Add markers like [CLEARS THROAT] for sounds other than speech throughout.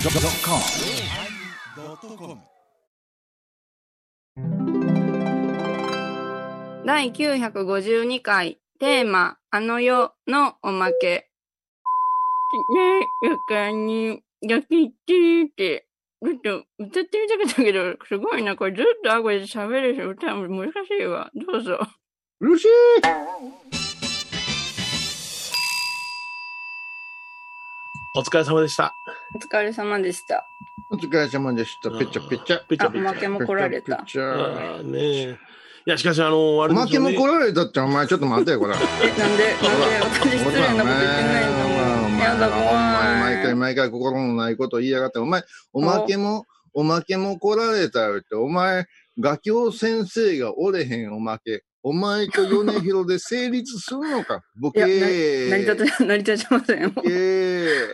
YONNIRI.com 第952回テーマ「あの世のおまけ」。ねえ、やかに焼きってって、ちょっと歌ってみたかったけど、すごいな、これずっとあごで喋るし、歌も難しいわ。どうぞ。うるしいお疲れ様でした。お疲れ様でした。お疲れ様でした。ペチャペチャ。ペチャあ、おペチャまけも来られた [LAUGHS] ペ。チャああねえ。いや、しかし、あの、あおれまですけよもね。来られたって、お前ちょっと待て [LAUGHS] よ、これ。え、なんで、なんで、私失礼なこと言ってないのお前やだ、怖毎回い。毎回心のないこと言いやがって、お前、おまけも、おまけも来られたよって、お前、画教先生がおれへんおまけ、お前と米広で成立するのか、ボケー。成り立て、 [LAUGHS] 成り立ちません。ボケー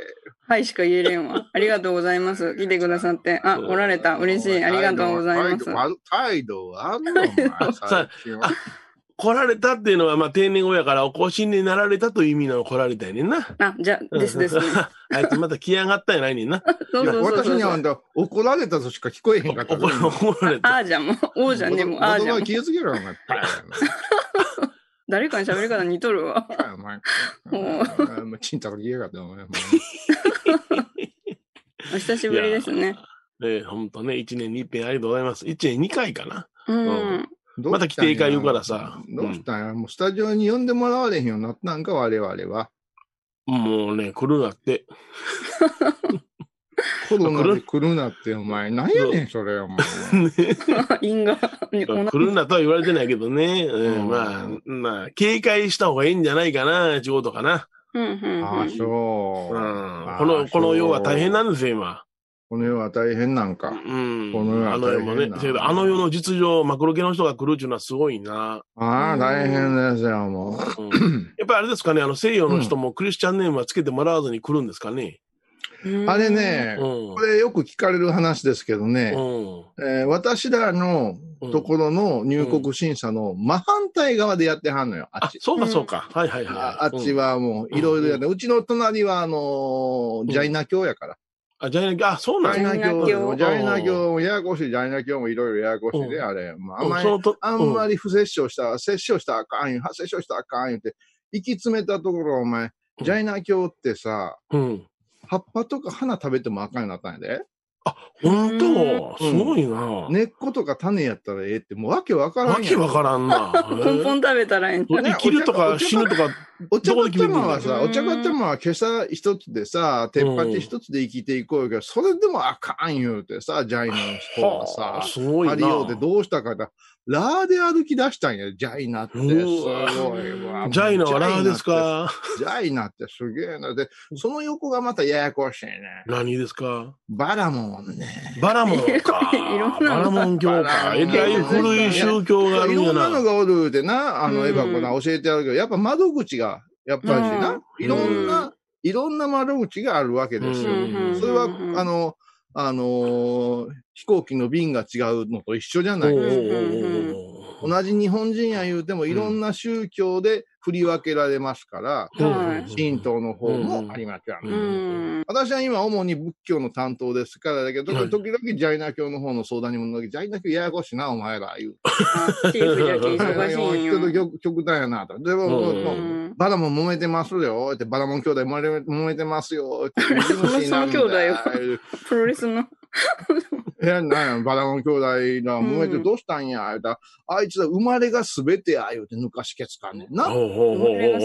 はいしか言えれんわ。ありがとうございます。来てくださって。あ、おられた。 [LAUGHS] 嬉しい。ありがとうございます。態度悪態度悪いなお前最近は来られたっていうのは、まあ、定年後やから、お越しになられたという意味の来られたやねんな。あ、じゃあ、です [LAUGHS] ですね。あいつまた来やがったんやないねんな。そうそうそう私そうにはあんた怒られたとしか聞こえへんかった。怒ら怒られあた。ーじゃんもう、王じゃんでもう、あーじゃ言ん葉。気をつけろ、お前。誰誰かに喋り方似とるわ。かよお前。もお前ちんたらきやがって、お前。もうお久しぶりですいやね。。ね [LAUGHS] え、ほんとね、一年に一遍ありがとうございます。一年二回かな。うん。 [LAUGHS] どうしたんやまた来ていいか言うからさどうしたんや、もうスタジオに呼んでもらわれへんようになったんか、我々は。もうね、来るな [LAUGHS] って。コロナ来でる来るなって、お前。なんやねん、それ、お前。因果。おな来るなとは言われてないけどね。うん、まあ、まあ、警戒した方がいいんじゃないかな、ちゅうことかな。うんうんあうあ、ん。そう。うん。この、この世は大変なんですよ、今。この世は大変なんか。うん。この世はあの世大も変ね。なせやけどあの世の実情、マクロ系の人が来るっていうのはすごいな。ああ、大変ですよ、もう。 [LAUGHS] うんやっぱりあれですかね、あの西洋の人もクリスチャンネームはつけてもらわずに来るんですかね。うんあれ。ねう、ん。これよく聞かれる話ですけどうね、えん。ー私らのところの入国審査の真反対側でやってはんのよ、ああっち、。そうかそうか。はいはいはい。ああっちうん。はもういろいろやって、うちの隣はあのージャイナ教やから。あ、じゃあ、あ、そうなんジやャイナジャイナ教教、ジャイナ教もややこしい、ジャイナ教もいろいろややこしいで、うんあれ。まあ、あんうんまそり、のとあんまり。り不摂生したら、摂生したらあかんよ、摂生したらあかんよって、行き詰めたところ、お前、ジャイナ教ってさ、うん。葉っぱとか花食べてもあかんようになったんやで。本当うんすごいな。根っことか種やったらええって、もうわけわからわんけやん。わからん [LAUGHS] な。ポンポン食べたらええんちゃう生きるとか死ぬとか。お茶葉ちゃまはさ、うおん茶葉ちゃまは今朝一つでさ、鉄鉢一つで生きていこうよけど、それでもあかんよってさ、ジャイナの人はさはあ、すごいな。ハリオでどうしたかだ。ラーで歩き出したんや、ジャイナって。すごいうわわ。ジャイナはラーですジャイナってかジャイナってすげえな。で、その横がまたややこしいね。何ですかバラモンね。バラモンか。いろんバなのラモン教か。えらい古い宗教いがあるんろやんなのな。がおるでな、あうの、んエヴァコな教えてやるけど、やっぱ窓口が、やっぱりな、うんいろんうな、いろんな窓口があるわけですよ。うんそれは、うんあの、あのー飛行機の便が違うのと一緒じゃない。同じ日本人や言うても、いろんな宗教で振り分けられますから、神道の方もありますよね。ううん。私は今、主に仏教の担当ですからだけど、はい時々ジャイナ教の方の相談にも乗るけどジャイナ教ややこしいな、お前ら、言う。あチーフじゃけ忙しいんちょっとよ。。極極端やな、と。でも、うもうもうんバラモン揉めてますよ、って、バラモン兄弟揉め揉めてます [LAUGHS] よ、って。その兄弟は言うプロレスの。いや、なんや、バラモン兄弟が揉めてうんどうしたんや、言うたら、あいつは生まれが全てや、言うて、ぬかしけつかんねんな。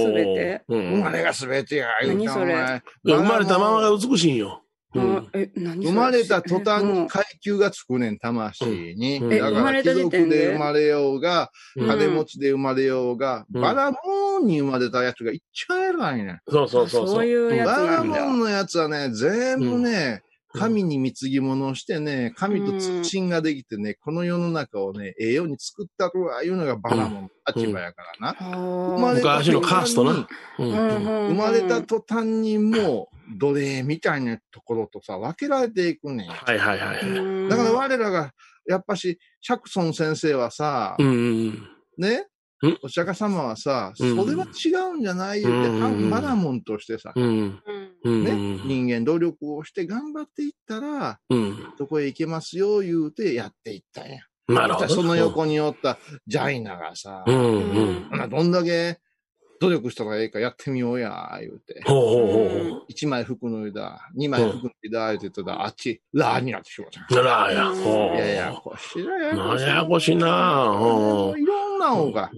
生まれが全てや、言うて、何それお前生まれたままが美しいんよ。あえ、何そ生まれた知ら途ん端うんに階級がつくねん、魂に。うんえだ生かまら、れ貴た時族点でで生まれようが、うん金持ちで生まれようが、うんバラモンに生まれたやつが一番偉いねん。そうそうそう。そういうやつバなラんモだ。ンのやつはね、全部ね、うん神に貢ぎ物をしてね、神とうん通信ができてね、この世の中をね、栄養に作ったとはいうのがバラモンの立場やからな。生生まれた昔のカーストな途端に生生まれた途端にもう、奴隷みたいなところとさ、分けられていくねん。はいはいはい。だから我らが、やっぱし、シャクソン先生はさ、うん。ねうん、お釈迦様はさ、うそんれは違うんじゃないよって、うん反バラモンとしてさ、うん。うんうんね、うん人間努力をして頑張っていったら、うん。そこへ行けますよ、言うてやっていったんや。なるほど。その横におったジャイナがさ、うん。うんううん。んほなどんだけ努力したらええかやってみようや、言うて。ほうほうほうほ1枚服脱いだ、2枚服脱いだ、言うてたら、あっち、ラーになってしまうじゃん。う。ならや、ほう。いやいや、こしらやなこんしやらやこしいなもぁう。いろんなのが。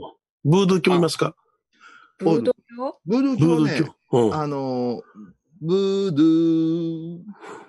ブードゥー決めますかブードよ。ブルーブー教ドゥーね、教。うん。あの、ブードゥー、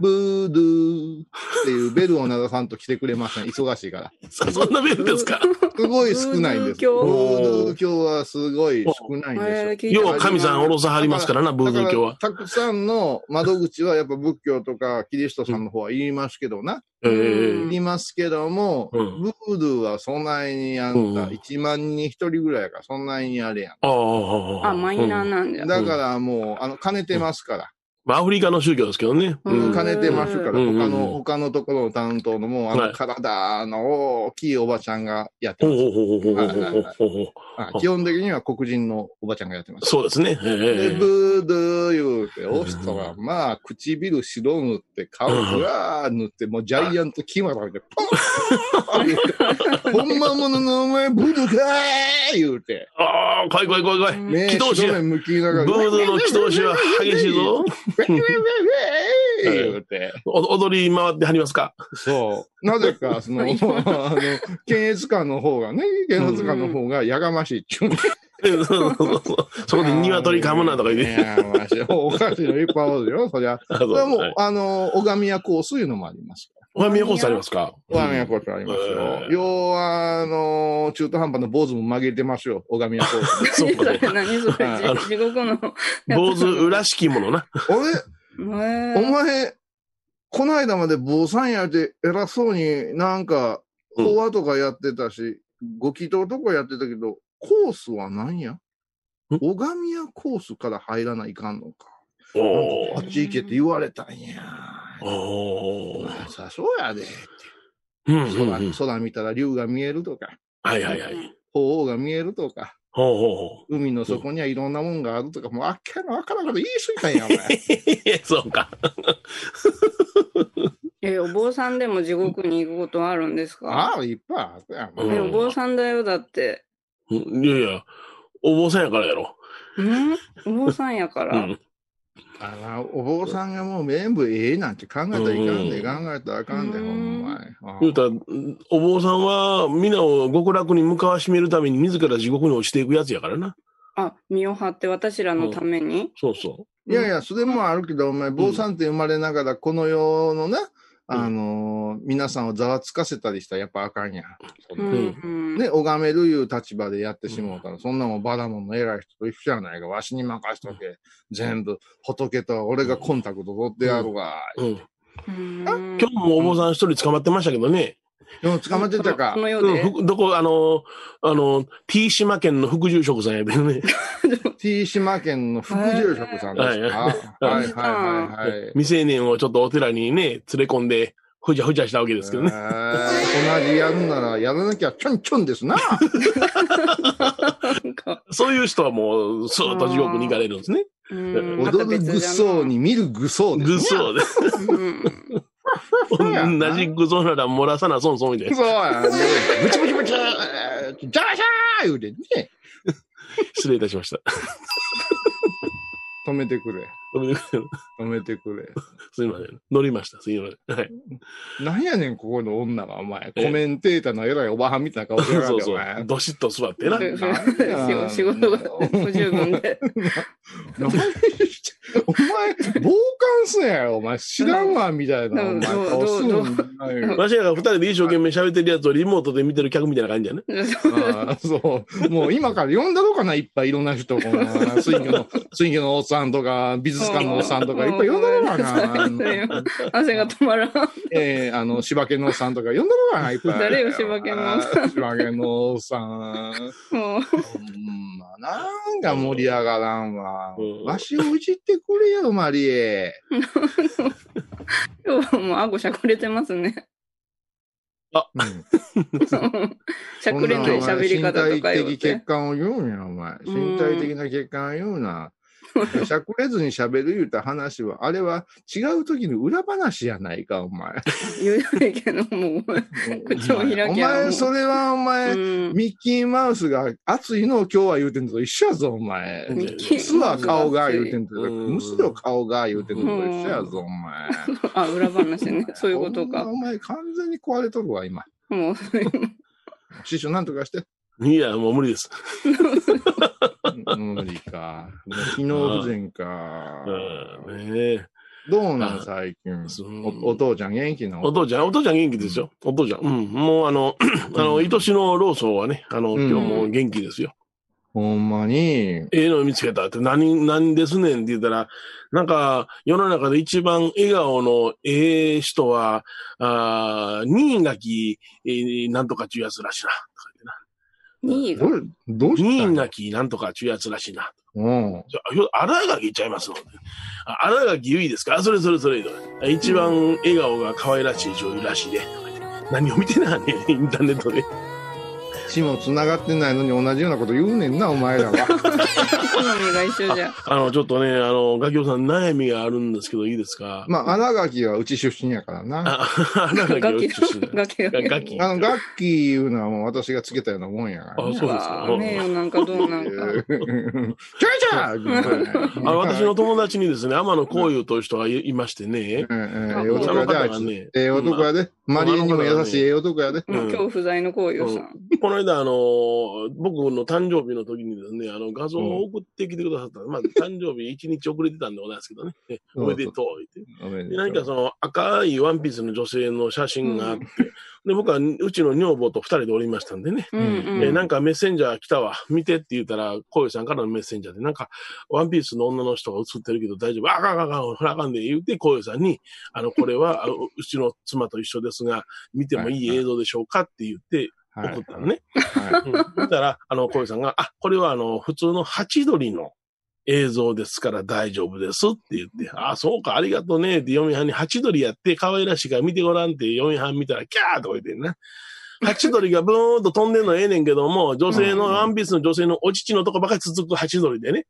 ブードゥーっていうベルを鳴らさんと来てくれません。忙しいから。さそんなメールですかすごい少ないんです。ブードゥー教ブードゥー教はすごい少ないんですよ。えー聞いた要は神さんおろさはりますからな、ブーだドゥー教からは。たくさんの窓口はやっぱ仏教とかキリストさんの方は言いますけどな。ええうん言いますけども、うんブードゥーはそないにあんたうん1万人1人ぐらいやからそんなにあれやん。ああああ。あ、マイナーうんなんじゃ。だからもう、あの、兼ねてますから。まあアフリカの宗教ですけどね。う。うんん兼ねてますから、うん他うんの、他のところの担当のもう、あはの、い体の大きいおばちゃんがやってほうます。ほうほうほうほうほうほうほう。あ基本的には黒人のおばちゃんがやってます。そうですね。え [LAUGHS] えで、ええブードゥー言うて、押したら、まあ、唇白塗って、顔ぐらー塗って、もうジャイアントキマ食べて、ポン言うて、本間者のお前、ブードゥーかー言うて、ああ、怖い怖い怖い怖い。うん目祈祷師や白目向きなブがら、ードゥーの祈祷師は激しいぞ。ウェイウェイウェイウェイ言うて。お踊り回ってはりますかそう。なぜか、その、あの、検閲官の方がね、検察官の方がやがましいっていうね。そうそうそうそうそこで鶏噛むなとか言って。やがましい。おかしいのいっぱいあるよ、そりゃ。あそれはもうはい、あの、小神谷コースいうのもありますか。おはみやコースありますから小神谷コースありますよ。うん要は、あの、中途半端な坊主も曲げてますよ、小神谷コース。 [LAUGHS] そう [LAUGHS] 何そかれ何そ [LAUGHS] あれ地獄 [LAUGHS] の。坊主裏しきものな。へ俺、おー前、この間まで坊さんやって偉そうになんか、うん法話とかやってたし、ご祈祷とかやってたけど、コースは何や拝みやコースから入らないかんのか。おあーっち行けって言われたんや。おーさあ、そうやで。うんうんう空ん。空見たら竜が見えるとか、はいはいはい。鳳凰が見えるとか、ほうほう [LAUGHS] ほ海の底にはいろんなもんがあるとか、もうあっけのわからんこと言い過ぎたんや、お [LAUGHS] 前。う。そうか。え、お坊さんでも地獄に行くことあるんですかああ、いっぱいあったやん。おうん前え、お坊さんだよ、だって。うんいやいや、お坊さんやからやろ。んお坊さんやかうら。ん。あら、お坊さんがもう全部ええなんて考えたらいかんで、う考んえたらあかんで、うんほんま言うに。たら、お坊さんは、皆を極楽に向かわしめるために、自ら地獄に落ちていくやつやからな。あ、身を張って私らのために。そうそいやいや、それもあるけど、お前、坊さんって生まれながら、この世のね、あのー皆さんをざわつかせたりしたらやっぱあかんやうん。うんん。ね、拝めるいう立場でやってしもうたら、そんなもんバラモンの偉い人と一緒やないか、わしに任しとけ。全部、仏と俺がコンタクト取ってやるわ。う。うん。うん今日もお坊さん一人捕まってましたけどね。でも捕まってたかそ。のよううんで。ふどこ、あの、あの、T 島県の副住職さんやでね。 T 島県の副住職さんですか。ははいいはい [LAUGHS] はいはい。未成年をちょっとお寺にね、連れ込んで、ふじゃふじゃしたわけですけどね。えー同じやるならやらなきゃちょんちょんですな。なんかそういう人はもう、そーっと地獄に行かれるんですね。 [LAUGHS] うんまた踊る別じゃぐなそうに見るぐそうですね。ぐそうで。うんそうやな同じぐそうなら漏らさな損損みたいな。そうやね。ブチブチブチじゃらしゃー言うてね。失礼いたしました。止めてくれ。ごめんなさい止めてくれ。すいません。乗りました。すいません。はい。なんやねん、ここの女が、お前。えコメンテーターの偉いおばはんみたいな顔してるわけ、そうおそ前う。。どしっと座ってな。そうそうですよ仕事が不十分 [LAUGHS] で。何してお前、傍観すなよ、お前。知らんわ、みたいな、おうん前。どう顔すんどうなよ。わしらが二人で一生懸命喋ってるやつをリモートで見てる客みたいな感じやね。ああそう。もう今から呼んだろうかな、いっぱいいろんな人。こんな水魚の、水魚のおっさんとか、美術館のおっさん [LAUGHS] とか、いっぱい呼んだろう [LAUGHS] かな。汗が止まらん。ええあの、柴犬のおっさんとか、呼んだろうかな、いっぱい。誰よ柴犬のおっさん。柴犬のおっさん。もう [LAUGHS] ほんま、なんか盛り上がらんわうん。わしをいじってくれよ、マリエ。今日はもう顎しゃくれてます [LAUGHS] ね。しゃくれない喋り方とか身体言っ的て欠。陥を言うな、お前。身体的な欠陥を言うな。しゃくれずに喋る言うた話は、あれは違う時の裏話やないか、お前。言うないけど、もう、 [LAUGHS] 口を開けお前、それはお前、ミッキーマウスが熱いのを今日は言うてんのと一緒やぞ、お前。ミッキーマウス靴は顔が言うてんのと、うんむしろ顔が言うてんのと一緒やぞ、お前。 [LAUGHS] あ、裏話 [LAUGHS] ね。そういうことかお。前、完全に壊れとるわ、今。もう、師匠、なんと [LAUGHS] かして。いや、もう無理です。うん無理か。もう機能不全か。うん、ねどうなん、最近え。そうおお父ちゃん元気なお父ちゃん、お父ちゃん元気ですよ。お父ちゃん。うん。もう [CLEARS THROAT] あの、あの、愛しの老僧はね、あの、うん今日も元気ですよ。ほんまに。ええの見つけたって何、何ですねんって言ったら、なんか、世の中で一番笑顔のええ人は、ああ、新垣、えーなんとかちゅうやつらしいな。 2位がど。れ、どうした新ん垣なんとかちゅうやつらしいな。うん。じゃあよ、荒垣言っちゃいますので。あ荒垣結衣ですかあそれそれそれ。一番笑顔が可愛らしい女優らしいで。何を見てなねんインターネットで。血も繋がってないのに同じようなこと言うねんな、お前ら [LAUGHS] は。好みが一緒じゃん。あの、ちょっとね、あの、ガキオさん悩みがあるんですけど、いいですかまあ、穴垣はうち出身やからな。あ、荒垣ガをキ一緒にの、ガキの。ガキ。あの、楽器いうのはもう私がつけたようなもんやからあね。 [LAUGHS] そうですわかあ、名誉なんかどうなんか。キャイチャーあの私の友達にですね、天野幸雄という人がいいましてね、ええあええそ男のやで、方あいがつ。ね、ええ男やで。マリエにも優しいええ男やで。もう今日不在のこういうさん。 [LAUGHS] この間、あのー僕の誕生日の時にですね、あの、画像を送ってきてくださった。まあ、誕生日一日遅れてたんでございますけどね。おめでとう言って。おめででと何かう。その赤いワンピースの女性の写真があって、で、僕はうちの女房と二人でおりましたんでね。うんうん。えーなんかメッセンジャー来たわ。見てって言ったら、こういうさんからのメッセンジャーで、なんか、ワンピースの女の人が映ってるけど大丈夫。あかんあかんあかん、ほらあかんで言うて、こういうさんに、あの、これは、あのうちの妻と一緒ですが、見てもいい映像でしょうかって言ってはい送ったのね。 [LAUGHS] はいうんそしたら、あの、こういうさんが、あ、これはあの、普通のハチドリの映像ですから大丈夫ですって言って、あ、そうか、ありがとうねって、嫁はんにハチドリやって、可愛らしいから見てごらんって、嫁はん見たら、キャーとか言ってんな。ハチドリがブーンと飛んでんのええねんけども、女性の、うんワンピースの女性のお乳のとこばかり続くハチドリでね。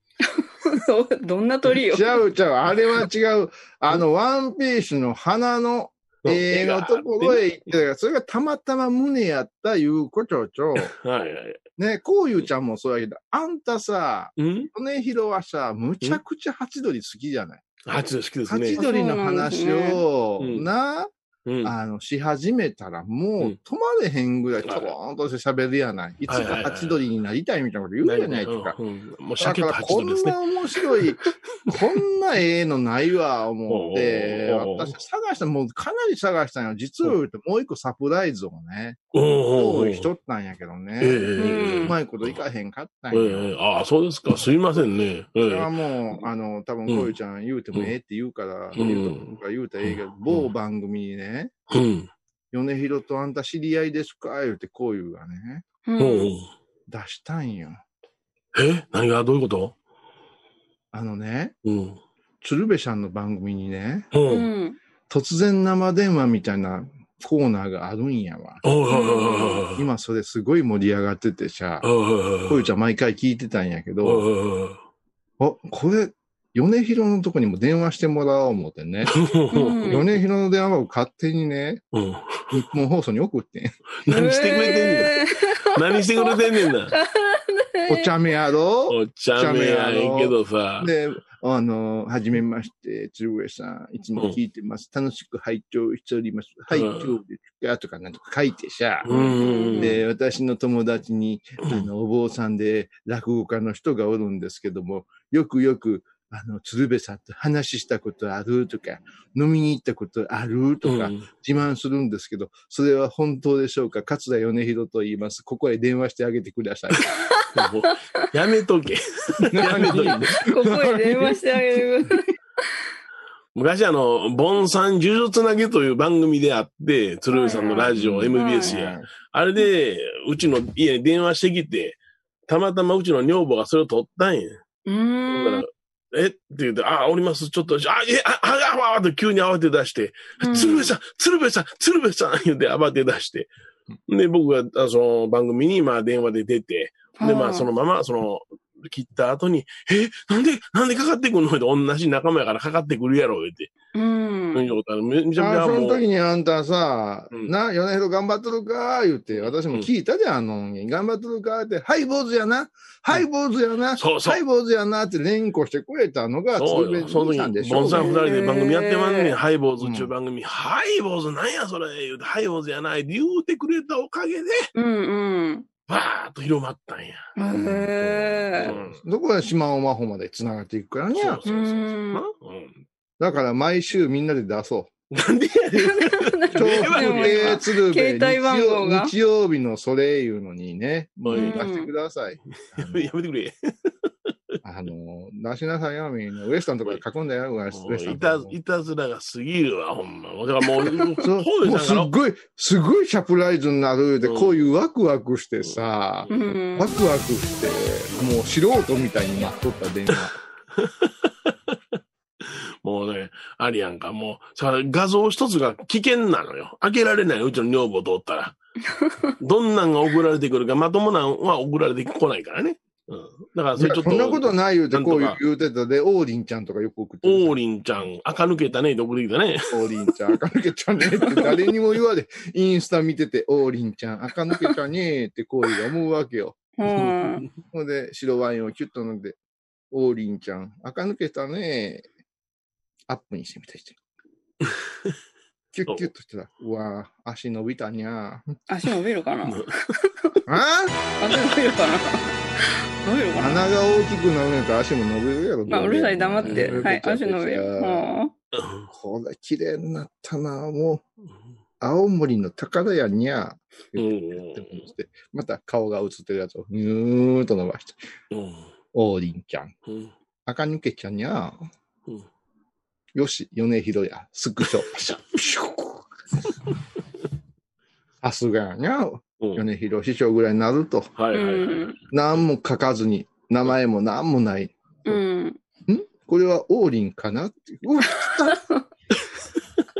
そう、どんな鳥よ。ちゃうちゃう。あれは違う。あの、ワンピースの花のええのところへ行ってたから、それがたまたま胸やったいうことちょ。はいはい。ね、こういうちゃんもそうやけど、あんたさ、うん米広はさ、むちゃくちゃハチドリ好きじゃない。ハチドリ好きですハチね。ドリの話を、うんな、うん。あの、し始めたらもう止まれへんぐらいちょろんとして喋るやない。いつかハチドリになりたいみたいなこと言うじゃないですか。うんうんもうだ鮭からとハチこドリですんね。な面白い、こんなええのないわ、思って、おうおうおうおう私探した、もうかなり探したんよ。実を言うともう一個サプライズをね、おうおうお用う意しとったんやけどね。ええええうええまいこといかへんかったんえや。えああ、そうですか。すいませんね。ええそれはもう、あの、多分こういうちゃん言うてもええって言うから、うん言うとか言うたらええけど、某番組にね、うん。米広とあんた知り合いですか言うてこういうがね、うんおうおう出したんよ。え何がどういうことあのね、うん。鶴瓶さんの番組にね、う。うんん。突然生電話みたいなコーナーがあるんやわ。おうおうおうおう今それすごい盛り上がっててさ、おうおうおうこういうちゃん毎回聞いてたんやけおうど、おうおうあ、これ、米広のとこにも電話してもらおう思ってね、うん米広の電話番号勝手にね、うん日本放送に送ってん。何してくれてんねえん。何してくれてんねんな。ーお茶目やろおっちゃめやええけどさ。で、あの、はじめまして、鶴瓶さん、いつも聞いてます。楽しく拝聴しております。拝聴ですかとかなんとか書いてさ、うん。で、私の友達に、うんあの、お坊さんで落語家の人がおるんですけども、よくよく、あの、鶴瓶さんと話したことあるとか、飲みに行ったことあるとか、自慢するんですけど、それは本当でしょうか桂米広と言います。ここへ電話してあげてくだ [LAUGHS] さい。もうやめとけ。やめとけ。ここへ電話してあげる。昔あの、ボンさん呪術投げという番組であって、鶴瓶さんのラジオ、はいはい MBS [LAUGHS] や。あれで、うちの家に電話してきて、たまたまうちの女房がそれを取ったんや。うほんならん。えって言って、あ、おります、ちょっと、あ、え、あ、あ、あ、わーって急に慌て出して、鶴瓶さん、鶴瓶さん、鶴瓶さん言うて慌て出して。で、僕が、あその番組に、まあ電話で出て、で、まあそのまま、その、切った後に、え、なんで、なんでかかってくんのって、同じ仲間やからかかってくるやろ、言って。うんうん、。ようたらめめちゃめちあゃそものう、時にあんたさ、うんな、米広頑張っとるか言って、私も聞いたじゃん、あの人間、頑張っとるかって、はい、坊主やな、はい、坊主やな、そうそうはい、坊主やなって連呼してくれたのが、そうよ。つそぶのめさんで時、しょボうンさん二ね。人で番組やってまんねへん。ーハイボーズっちゅううん番組。ハイボーズなんやそれ言うて、ハイボーズやない。言うてくれたおかげで、うんバーッと広まったんや。うん。うへえ。ん。どこが島尾真帆まで繋がっていくからね。そうそうそうそううんなうんだから毎週みんなで出 [LAUGHS] そう。なんでやねん。超特定鶴瓶携帯番日号曜が日曜日のそれいうのにね、もううん出してください。やめやめてくれ。あの、出しなさいよ、みんな。ウエスタンとかで囲んだ [LAUGHS] よ、ウエスもウうエスタいンたとか。いたずらが過ぎるわ、ほんま。だからもう、そうほもうようすさんっからごい、すごいサプライズになるで、うんこういうワクワクしてさ、うワん。クワクして、もう素人みたいになっとった電話。もうね、ありやんか、もう、さ画像一つが危険なのよ。開けられない、うちの女房通っ [LAUGHS] たら。どんなんが送られてくるか、まともなんは送られてこないからね。うん。だから、それちょっと。そんなことない言うて、なんとこかういう言うてたで、王林ちゃんとかよく送って王る。林ちゃん、垢抜けたね、独立だね。王林ちゃん、赤抜けちゃねえって、誰にも言われ、インスタ見てて、王林ちゃん、赤抜けちゃねえって、こういう思うわけよ。 [LAUGHS] うん。ほんで、白ワインをキュッと飲んで、王林ちゃん、垢抜けたね。アップにしてみたいして。キュッキュッとしたら、うわぁ、足伸びたにゃー。足伸びるかなあ足伸びるかな伸びるーかな鼻が大きくなるんやったら足も伸びるやろ。あ、うるさい、黙っどうて。でもはい、足伸びる。はこれ綺麗になったなぁもう、青森の宝屋にゃー。うんって思ってまた顔が映ってるやつをニューンと伸ばして、うん。王林ちゃん、うん。垢抜けちゃにゃー。うん。よし、米広や、スクシ [LAUGHS] ョ、パシャ、ピシューさすがやな、うん。米広師匠ぐらいになると、はいはいはい。うん何も書かずに、名前も何もない。うん。これは王林かなって。うわ、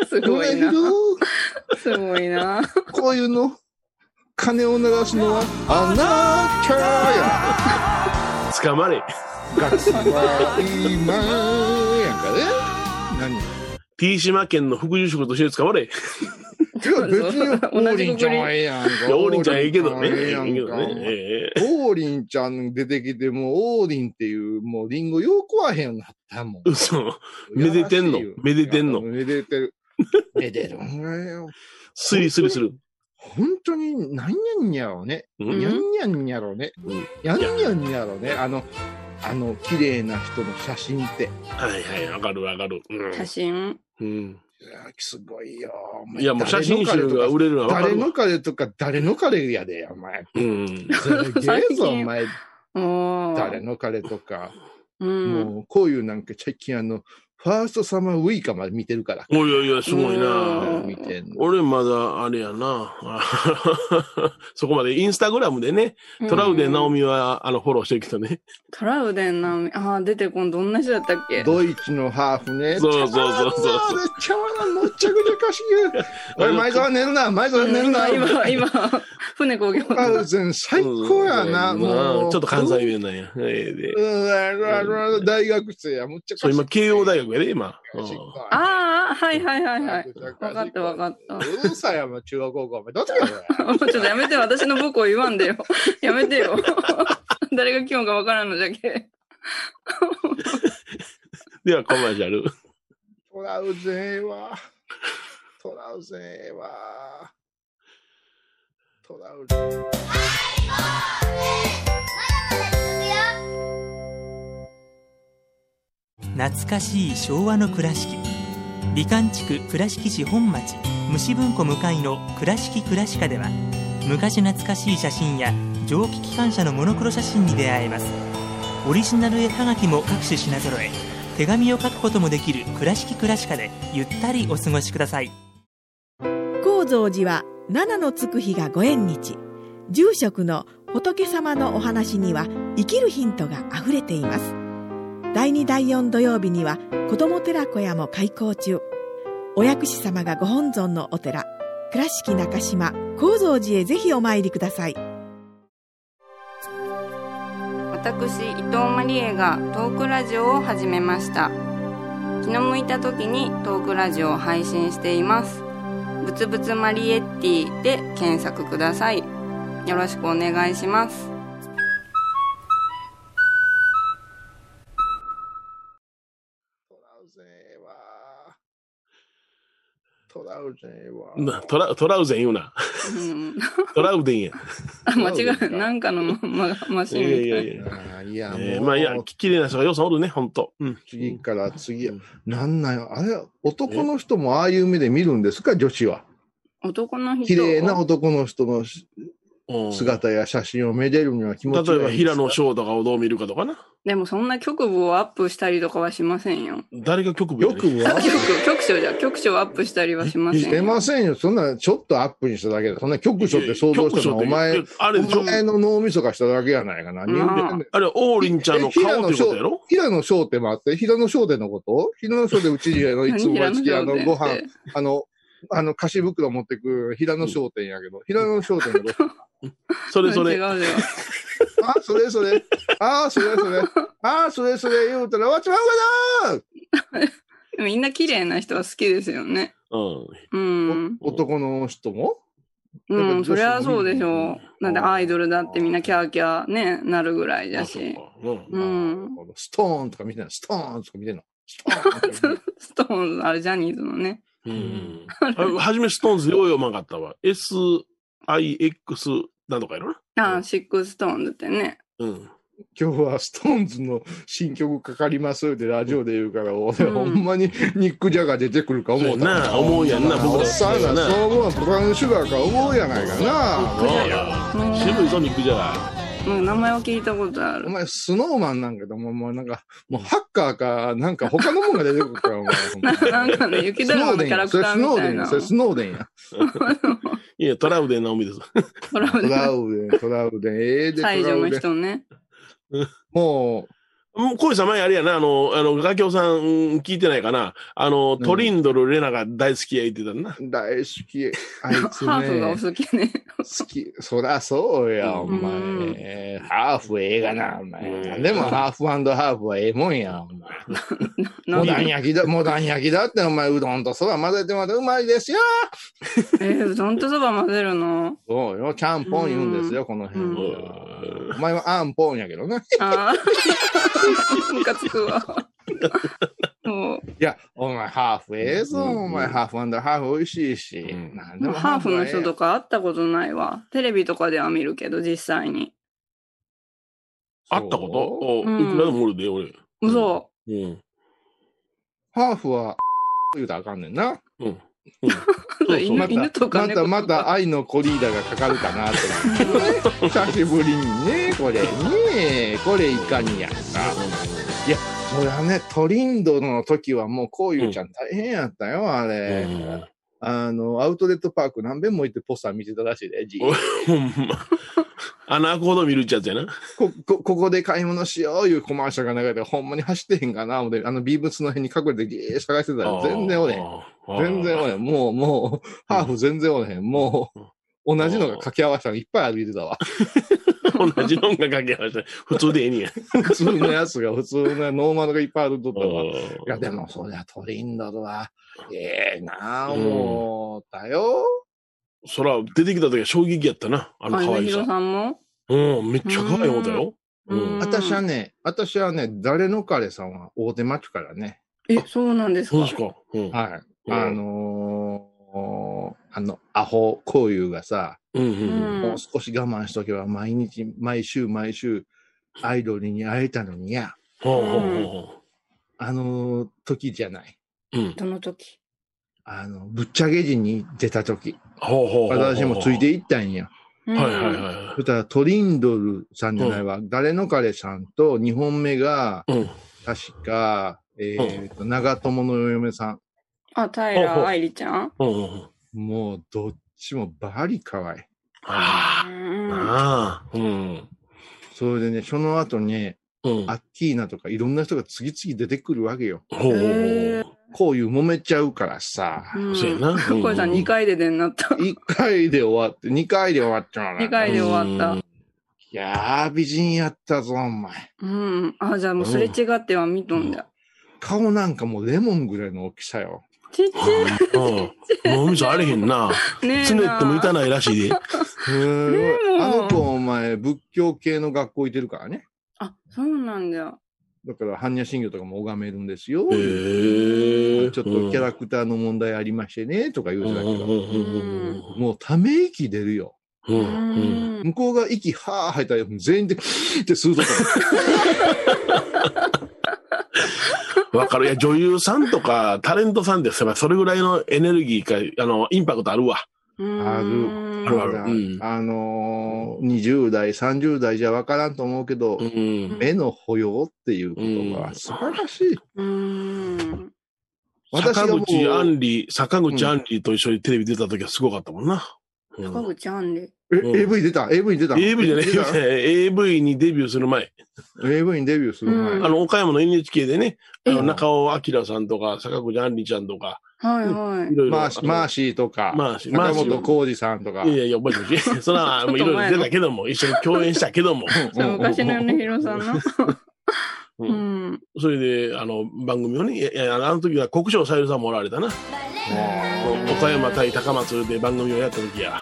すご米いな。広、すごいな。こういうの、鐘を鳴らすのは、あな捕まれ。たや。楽器は今やんかね。何 T 島県の副住職として捕まれ。いや、別に王林ちゃんはええやんか。いや、王林ちゃんええけどね。王林えちゃんはえええやんけどかね。ええ。王林ちゃん出てきて、もう王林っていう、もうリンゴよう食わへんようになったもん。嘘。 [LAUGHS] めでてんのやらしいよめでてんのめでてる。めでる。スリスリする。本当に、なんやんやろね。うにんゃ。んにゃんやろねうん。やんにゃんやろね。あの、あの、綺麗な人の写真って。はいはい、わかるわかる。うん写真。うん。いやすごいよ。お前いや、もう写真集が売れるのはわか誰るわ。の彼とか、誰の彼やで、お [LAUGHS] 前。うん。すげえぞ、お前。おお。誰の彼とか。うん。もう、こういうなんか、最近あの、ファーストサマーウイカまで見てるから。おいやいや、すごいうな。ん見てんの。俺まだ、あれやな。 [LAUGHS] そこまで、インスタグラムでね、トラウデン直ミ。美は、あの、フォローしてるけどね。トラウデン直美。ああ、出てこん。どんな人だったっけドイツのハーフね。そうそうそうそうめっちゃ笑うの、めっちゃくちゃかしい。おい、前澤寝るな、前澤寝るな。今、今、船工業トラウゼン最高やな、うんもう。ちょっと関西弁なんや。ええでうん。うん、大学生や、むっちゃそう、今、慶応大学やで、今。うんああ、はいはいはいはい。わかったわかった [LAUGHS] うるさいや、もう中学高校、お前、どっちかよ。もうちょっとやめて、私の母校言わんでよ。 [LAUGHS] やめてよ。誰が基本かわからんのじゃけ。では、コマーシャル。トラウゼンは、トラウゼンは、トラウゼン。懐かしい昭和の倉敷美観地区倉敷市本町虫文庫向かいの「倉敷倉歯科」では昔懐かしい写真や蒸気機関車のモノクロ写真に出会えますオリジナル絵はがきも各種品揃え手紙を書くこともできる「倉敷倉歯科」でゆったりお過ごしください高蔵寺は七のつく日がご縁日住職の仏様のお話には生きるヒントがあふれています第2第4土曜日には子ども寺小屋も開校中お薬師様がご本尊のお寺倉敷中島・高蔵寺へぜひお参りください私伊藤マリエがトークラジオを始めました気の向いた時にトークラジオを配信していますぶつぶつマリエッティで検索くださいよろしくお願いしますトラウゼンは、トラウゼンは、なトラ、トラウゼン言うな。うんトラウデン [LAUGHS] や。 [LAUGHS] あ間違えなんかのままマいシやンみたいいやいや。あーいや、もう、えーまあいや、綺麗な人がよそおるね、ほんと。うん。次から次へ、なんなんよ。あれ、男の人もああいう目で見るんですか、女子は。男の人綺麗な男の人のしうん姿や写真をめでるには気持ちが例いえいば、平野翔とかをどう見るかとかな。でもそんな局部をアップしたりとかはしませんよ誰が局部やよねんくは局局所じゃ局所をアップしたりはしませしてんよませんよ。そんな、ちょっとアップにしただけで、そんな局所って想像したのはお前、、あれ、お前の脳みそがしただけやないかな。人間ねあれ、王林ちゃんの顔っていうことやろ平野翔ってもあって、平野翔でのこと平野翔でうちにあのいつ何も平野商店毎月あのごっ飯て、あの、あの、菓子袋持ってく平野商店やけど、平野商店のご飯。それそれ。違うではあ、それそれ。あ、それそれ。あ、それそれ言うたら、わちまうかなでもみんな綺麗な人は好きですよねうん。うん男の人もうやっぱ女子もいいんそりゃそうでしょうだってアイドルだってみんなキャーキャーねなるぐらいだあそっしかうんうあんのストーンとか見てない。ストーンとか見てない。ストーンとか [LAUGHS] 見てないストーンあれジャニーズのねうんあはじめ、ストーンズよう読まんかったわ。SIX なんとかやろな。ああシックストーンズってねうん。今日はストーンズの新曲かかりますってラジオで言うから、俺、うんほんまにニック・ジャガー出てくるか思うたそうやな思うやんな僕おらっさんがなそう思うブラウンシュガーか思うやないかな。そうや。渋いぞ、肉じゃが。うん名前は聞いたことあおる前、スノーマンなんかでも、もうなんか、もうハッカーか、なんか他のもんが出てくるから、お前。ほんまなんかね雪だるまのキャラクターみたいなそれスノーデンや。いや、トラウデン直美です。 [LAUGHS] トラそウれスノーデンや。トデラウデン、トラウデン、ええで、ト最ラ女ウのデン。人ねもう、もう、小石さん前あれやな、あの、あの、ガキョウさん聞いてないかな。あの、トリンドル・レナが大好きや言ってたな。大好き。あいつハーフがおね、好きね。好き。そりゃそうや、おうん前。ハーフええがな、おうん前。でもハーフハーフはええもんや、お前。 [LAUGHS] なモんダだン焼きだ、モダン焼きだって、お前、うどんとそば混ぜてまたうまいですよ。えー、うどんとそば混ぜるのそうよ、ちゃんぽん言うんですよ、この辺では。うお前はあんぽんやけどね。 [LAUGHS] ああ。ムカつくわ。もいや、お前、ハーフええぞ、うんお前、ハーフハーフ美味しいし。うんなんう、でもうもハーフの人とか。か会ったことないわ。テレビとかでは見るけど、実際に。あったことおうんいくらでもおるで、俺。嘘。うん。ハーフは、言うたらあかんねんな。うん。そうま [LAUGHS] 犬た犬とかま猫とた、か。また愛のコリーダがかかるかなって。 [LAUGHS] 久しぶりにね、これね、これいかにやんか。いや、そりゃね、トリンドの時はもう、こういうちゃん大変やったよ、あれ。うんあの、アウトレットパーク何遍も行ってポスター見てたらしいで、じいおいほんま。穴開くほど見るっちゃつやな。ここここで買い物しよういうコマーシャルが流れて、ほんまに走ってへんかな、思って、あの、ビーブスの辺に隠れてじー探してたら、全然おれへん。あー全然おれへん。もう、もう、ハーフ全然おれへん。もう、同じのが掛け合わせたのいっぱい歩いてた [LAUGHS] わ。同じのんがかけ合わせた。普通でええねや。普通のやつが、普通のノーマルがいっぱい歩いとったわ。いいや、でも、そりゃトリンドルは、ええなあ思ったよ。そら、出てきた時は衝撃やったな。あのあ、可ゆ愛ひさろ。さんもうん、めっちゃ可愛い思ったよ。うん。私はね、私はね、誰の彼さんは大手町からね、え、そうなんですそうかです。か。うん。はい。うんあのーあの、アホ、こういうがさ、うんうんもう少し我慢しとけば、毎日、毎週、毎週、アイドルに会えたのにや、ほうほうほうほあのー時じゃない。う。うん。どの時あの、ぶっちゃけ時に出た時、ほうほうほうほう。私もついていったんや。ははいはいはそしたら、トリンドルさんじゃないわ、誰の彼さんと2本目が、い。うん。確か、えーと、長友のお嫁さん。あ、平愛梨ちゃんうんうんうん。もう、どっちもバリ可愛い。ああ。うんなあ。うん。それでね、その後ね、うん。アッキーナとかいろんな人が次々出てくるわけよ。ほうほうほへう。こういう揉めちゃうからさ。うん。そうやな。うんこれさん2回で出になった。 [LAUGHS] 一回で終わって、二回で終わっちゃうの二回で終わった。いやー、美人やったぞ、お前。うん。あ、じゃあもうすれ違っては見とんだ。顔なんかもうレモンぐらいの大きさよ。ちっちうん。もうみそあれへ [LAUGHS] んな。ゃい。ねえつねな。っても痛ないらしいで。へーレモンあの子、お前、仏教系の学校行ってるからね。あ、そうなんだ。だから、般若心経とかも拝めるんですよ。へえ。ちょっとキャクラクターの問題ありましてね、とか言うタてたけど、ーもうため息出るよ。うん。う。うんん。向こうが息、はー吐いたら、全員で、キーって吸うとか。わかる。いや、女優さんとか、タレントさんですよ。それぐらいのエネルギーか、あの、インパクトあるわ。あ [LAUGHS] あるあまるだうんあのー、20代、30代じゃわからんと思うけどう、ん。目の保養っていう言葉は素晴らしい。うん。私が坂もう口あんり、坂口あんりと一緒にテレビ出た時はすごかったもんな。うん高口あんで。うんえ、AV 出た ?AV 出た AV じゃない出よ [LAUGHS] た。 AV にデビューする前。 AV にデビューする前。うんあの、岡山の NHK でね、あえの、中尾明さんとか、坂口あんりちゃんとか、はいはいい。ろいろ。マーシーマーシーとか、マーシー中本浩二さんとか。いやいや、覚えてほしい。 [LAUGHS] そら、もういろいろ出たけども、一緒に共演したけども。そう昔の米広さんの。ううんん。それで、あの、番組をね、いやいや、あの時は国生さゆりさんもおられたな。岡山対高松で番組をやった時や。うん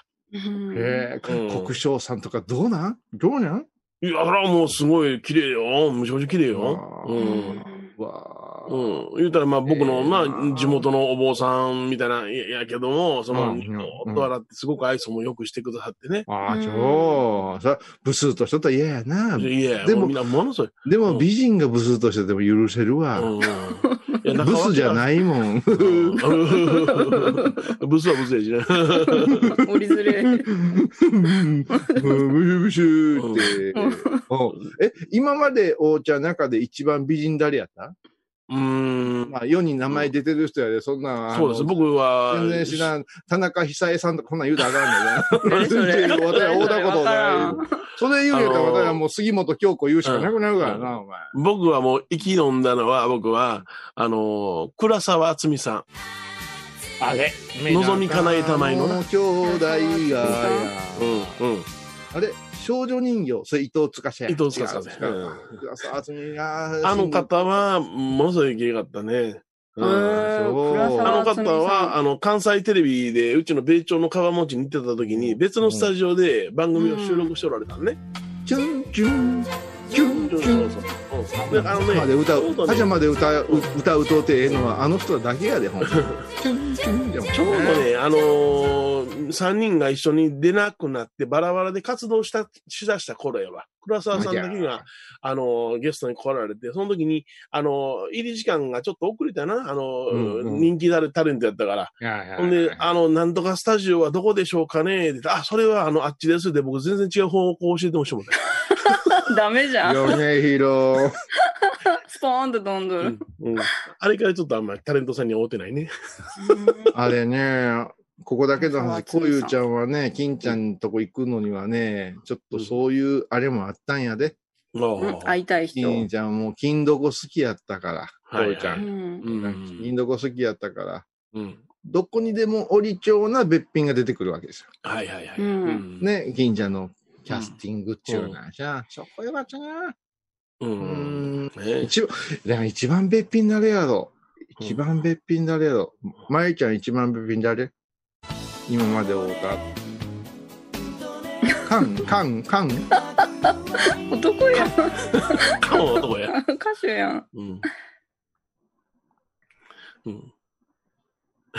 えうんー、国章さんとかどうなんどうなんいや、そらもうすごい綺麗よ。むちゃくちゃ綺麗よ。あーうん。わあ、うん。言うたら、まあ僕の、えーまあ地元のお坊さんみたいな、いややけども、その、うんにょーっと笑って、すごく愛想もよくしてくださってね。あうあ、んそう。それブスーとしとったら嫌やな。いやいや、でももうみんなものすごい。でうんも美人がブスーとしてても許せるわ。うん。いやブスじゃい。ないもん。うんブスはブスやし [LAUGHS] ね。折りずれ。うんブシュブシュって。うんえ、今までお茶の中で一番美人誰やったうん。まあ世に名前出てる人やで、そんなんあのそうです。僕は、全然知らん。田中久恵さんとかこんなん言うたらあかんのね。何それ全然私は会うたことわない。それ言うよったら私はもう杉本京子言うしかなくなるからな、お前。僕はもう、息飲んだのは、僕は、あの、倉沢厚美さん。あれ望みかなえたまえのな兄弟がや。うん、うん。あれ少女人形。それ伊藤塚さんや伊藤塚さん違う違う倉沢敦美があの方は、ものすごい綺麗かったね。えうんそうー倉あ沢の敦方美さんは、あの、関西テレビで、うちの米朝の川持ちに行ってた時に、別のスタジオで番組を収録しておられたのね。チュンチュンチュンチそうュそうンそう。うんで、あのパジャマでね、歌ちょうう、どねパジャマで歌う、歌うとうてええのはあの人だけやで、ほんまチュンチュンでもちょうどね、あのー、3人が一緒に出なくなって、バラバラで活動した、しだした頃やわ。倉沢さんだけが、あのー、ゲストに来られて、その時に、あのー、入り時間がちょっと遅れたな、あのー、うんうん人気だるタレントやったから。ほんで、あの、なんとかスタジオはどこでしょうかねってあ、それはあの、あっちですで、僕全然違う方向を教えてほしいもんね。ダメじゃん。米広。スポーンとどんどん。うん。あれからちょっとあんまりタレントさんに会うてないね。あれね、ここだけの話、こうゆうちゃんはね、金ちゃんとこ行くのにはね、ちょっとそういうあれもあったんやうで。ん会いたい人。金ちゃんも金どこ好きやったから、こはいうゆうちゃ。はうんんうん。金どこ好きやったから、うん。どこにでも折り調な別品が出てくるわけですよ。はいはいはい。うんうん。ね、金ちゃんのキャスティングっちゅうなじゃあ、そこよかったな。う。うんん。ね一番、でも一番べっぴん誰やろ一番べっぴん誰やろまゆちゃん一番べっぴん誰今まで会うた。カ [LAUGHS] ン、カン、カン。男やん。かも男 [LAUGHS] や。歌手やん。うん。うん。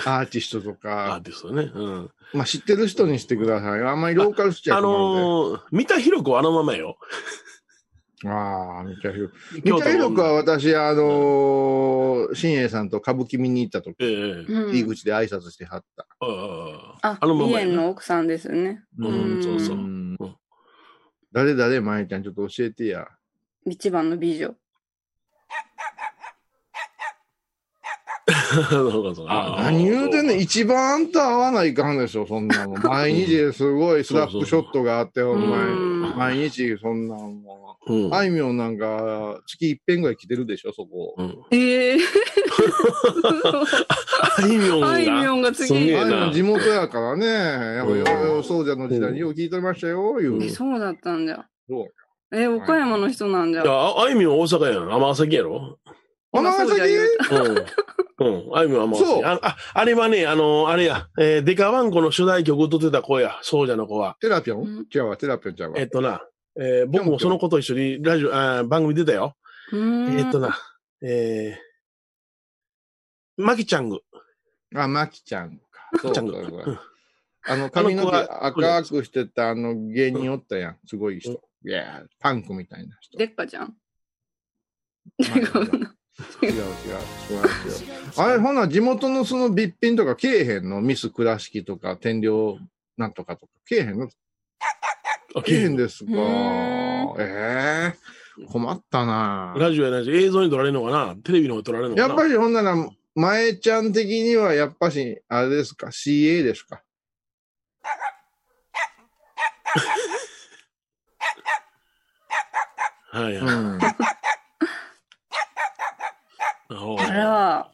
アーティストとアーか。ティストね。うん。まあ、知ってる人にしてください。あんまりローカルしちゃあうと思のー、三田寛子はあのままよ。うんで。ああ、めちゃひろ。め京ちゃ都のひろくは私、あのー、新栄さんと歌舞伎見に行った時、ええうん入り口で挨拶してはった。あああああ、あのままイエンや。の奥さんですね。うんそうそううん誰誰まゆちゃん、ちょっと教えてや。一番の美女。そうかそうかああ何言うてんねん、一番あんた合わないかんでしょ、そんなもん。毎日すごいスラップショットがあって、お前。ん毎日そんなんもうんう。あいみょんなんか、月一遍ぐらい来てるでしょ、そこ。うん。え [LAUGHS] え。あいみょんが。あいみょんがすげ次え。あいみなょん地元やからね、やっぱうんよう、そうじゃの時代によう聞いてましたよ、いうえ、。そうだったんだ。そうよえ、岡山の人なんじゃい。や、ああいみょん大阪やん。尼崎やろ今そ尼うじゃ崎言ううん。うん。あいみょん尼そう崎。あ、ああれはね、あの、あれや、えーデカワンコの主題曲歌ってた子や。そうじゃの子は。テラピョうんン違うわ、テラピョンちゃんはえ。っとな、えー僕もその子と一緒にラジオ、あー番組出たよ。うーんえっとな、えー、マキちゃんぐ。あ、マキちゃんか。そうちゃそんうぐそう。あの、髪の毛あの子は赤くしてたあの芸人おったやん。すごい人。いやーパンクみたいな人。でっかちゃん。まあ違 [LAUGHS] うな。違う違う。違う違う。あれ、ほな、地元のそのびっぴんとかけえへんのミス倉敷とか天領なんとかとか。けえへんのあけえへんですか。うーええ困ったなぁラジオやないし、映像に撮られるのかなテレビの方に撮られるのかやなっぱりほんなら、前ちゃん的にはやっぱし、あれですか、CA ですか。はいはい。うん。おう [LAUGHS] あら、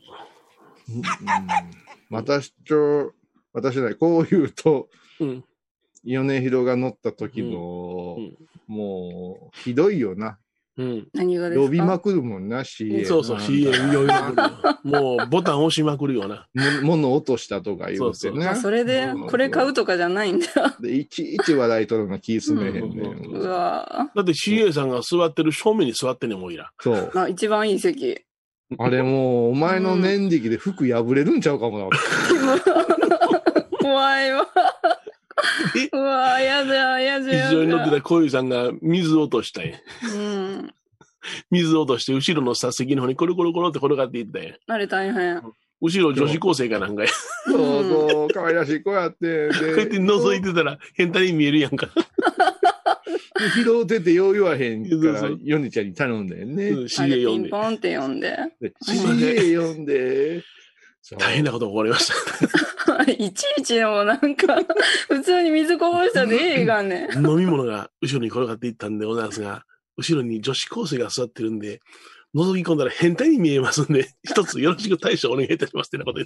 私と、私じゃない、こう言うと、うん。米広が乗った時の、うんもう、ひどいよな。うん。何がですか呼びまくるもんな、CA。そうそう、CM 呼びまくるよ。もう、ボタン押しまくるような。も物落としたとか言うてそうそうねまあ、。それで、これ買うとかじゃないんだ。で、いちいち笑い取るの気すめへんねうんん。うわだって CA さんが座ってる正面に座ってんねんもういら。そう。ぁ。あ、一番いい席。あれもう、お前の年力で服破れるんちゃうかもな。怖いわ。え [LAUGHS] うわぁ、やだ、やだ、非やだ。常に乗ってた小遊さんが水落としたんやうん。水落として、後ろの座席の方にコロコロコロって転がっていったんやあれ大変。後ろ女子高生かなんかや。そうそう、可愛らしい子やって。 [LAUGHS] こうやってで、覗いてたら、変態に見えるやんか。拾うててよう言わへんかそらうそう、ヨネちゃんに頼んだよね。あれ CA ピ呼んンで。ポンって呼んで。で、すいません CA 読んで。そう大変なことが起こりました。 [LAUGHS] いちいちで [LAUGHS] もなんか、普通に水こぼしたでええが [LAUGHS] ね。飲み物が後ろに転がっていったんでございますが、後ろに女子高生が座ってるんで、覗き込んだら変態に見えますんで、 [LAUGHS] 一つよろしく対処お願いいたしますってなことで。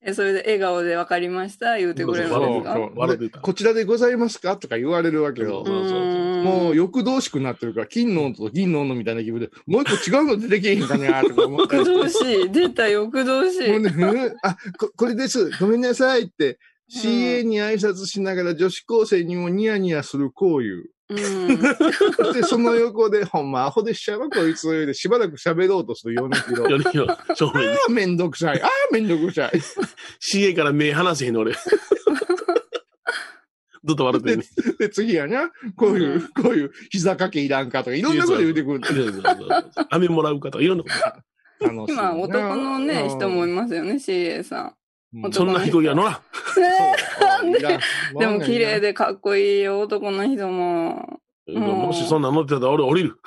え、それで笑顔で分かりました、言うてくれるんそうですそかう笑ってたこちらでございますかとか言われるわけよ。そうそうそうももう、欲々しくなってるから、金の音と銀の音みたいな気分で、もう一個違うの出てけへんかなとか思って。欲も動詞、出た欲動 [LAUGHS] 詞。うね、うんあこ、これです。ごめんなさいって、うん CA に挨拶しながら女子高生にもニヤニヤするこういう。うん。で、その横で、 [LAUGHS] ほんまアホでしちゃうわ、こいつ。で、しばらく喋ろうとするような気分。よりよ、正面に。ああ、めんどくさい。ああ、めんどくさい。 CA から目離せへんの俺。 [LAUGHS] ずっと笑ってんね。で、次やな、こういうう、こういう、膝掛けいらんかとか、いろんなこと言うてくるんだ。飴もらうかとか、いろんなこ楽しい [LAUGHS] 今、な男のね、人もいますよね、CA さん。うんと。そんな飛行機は乗らん。ねそういらん [LAUGHS] でも綺麗で。でかっこいいよ男の人も。 [LAUGHS] うんもしそんなん乗ってたら俺降りる。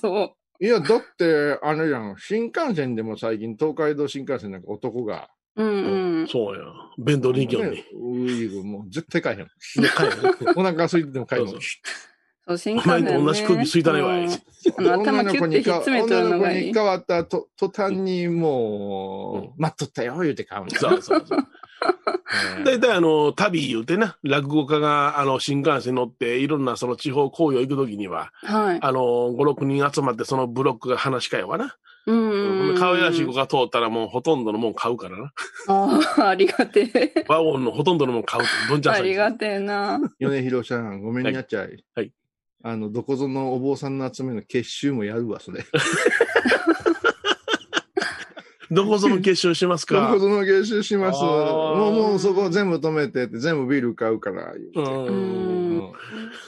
そいや、だって、あれじゃん、新幹線でも最近、東海道新幹線なんか男が、う。うんうん。そうや。弁当に行けよね。ウイグもう絶対買えへん。でかいよねお腹空いてても買えへん。 [LAUGHS] そうそう、新お幹線、前ね。と同じ首吸いたねわ。うんあの女頭のキュ子ッてにひっか詰めと女るのの子がいにい。変わったと途端にもう、待っとったよ、言うて買うの。 [LAUGHS] そうそうそう。うん大体あの、旅言うてな、落語家があの、新幹線乗って、いろんなその地方公演行くときには、はい。あの、5、6人集まってそのブロックが話し会はな。うんうんうん。可愛らしい子が通ったらもうほとんどのもん買 [LAUGHS] うからな。ああ、ありがてえ。ワゴンのほとんどのもん買うって。どんちゃんあさんりがてえな。米広さん、ごめんなちゃい。はいあの、どこぞのお坊さんの集めの結集もやるわ、そ [LAUGHS] れ。どこぞの結晶しますどかこ。ぞの結集します。あーもう、もうそこ全部止めてって、全部ビール買うから、言ううう。んん。うん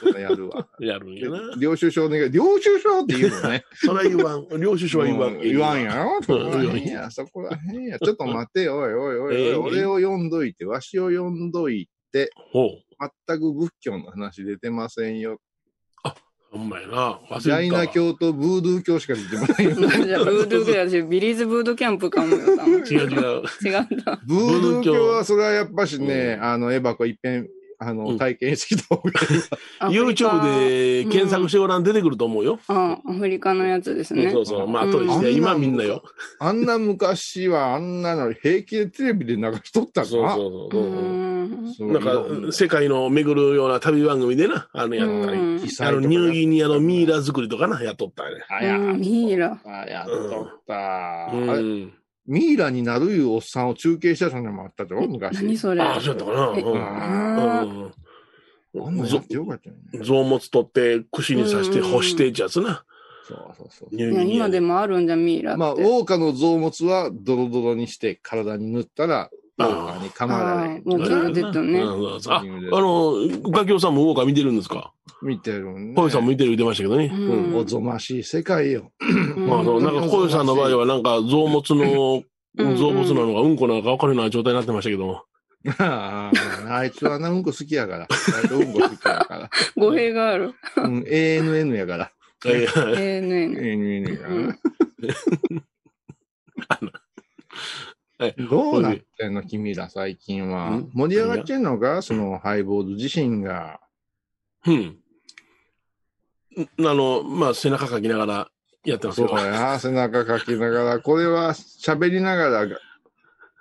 そんなやるわ。やるんやな。領収書お願い。領収書って言うのね。それは言わん。領収書は言わ。うんん言わんや。ろそこらうんへんや、そこらへんや。ちょっと待てよ、おいおいおいおい、ええ俺を読んどいて、わしを読んどいて、ほう。全く仏教の話出てませんよ。ほんまやな。ジャイ忘ナれて教とブードゥー教しか出てませんよ。じゃあ、ブードゥーやし、ビリーズブードキャンプかもよ。多分たわ。違う違う。違った。ブードゥー教は、それはやっぱしね、うあの、エバコ一遍、あの、うん体験してきた方が [LAUGHS] いいわ。 YouTube で検索してごらん出てくると思うよ。あアフリカのやつですうんねそ。うそう。まあ、後でして、うん今みんなよ。あんな昔はあんなの平気でテレビで流しとったかそうな。そううそう。うん。そうなんいろか、世界の巡るような旅番組でな、あの、やったり。うん被災あとの、かニューギニアのミイラ作りとかな、やっとったね。あ、やっうんミイラあやっとった。うあれん。ミイラになるいうおっさんを中継したのもあったじゃん、昔。何それ。ああ、そうやったえかな。あうんあうん。なんんやぞってよかったよね。臓物取って、串に刺して、干してってやつな。そうそうそう。ニーュいやーギニア今でで。もあるんじゃん、ミイラって。まあ、ウォーカの臓物はドロドロにして体に塗ったら、ウォーカに噛まれない。あーウォーカー出たねうんうんあ、あの、ガキオさんもウォーカー見てるんですか見てるね。小ヨさんも見てる言ってましたけどね。うんおぞましい世界よ。うんまあ、あの、なんか小ヨさんの場合は、なんか、臓物の、うん臓物なのか、うんこなのか分からない状態になってましたけども。あ [LAUGHS] ああいつはな、うんこ好きやから。あいつうんこ好きやか語弊がある。 [LAUGHS] ら。うん、ANN やから。えー ANN。 ANN やかうらん。 [LAUGHS] どうなってんの君ら最近はん。盛り上がってんのかそのハイボール自身が。うん。んあの、まあ、背中かきながらやってますそけうど。や、背中かきながら、これは喋りながら、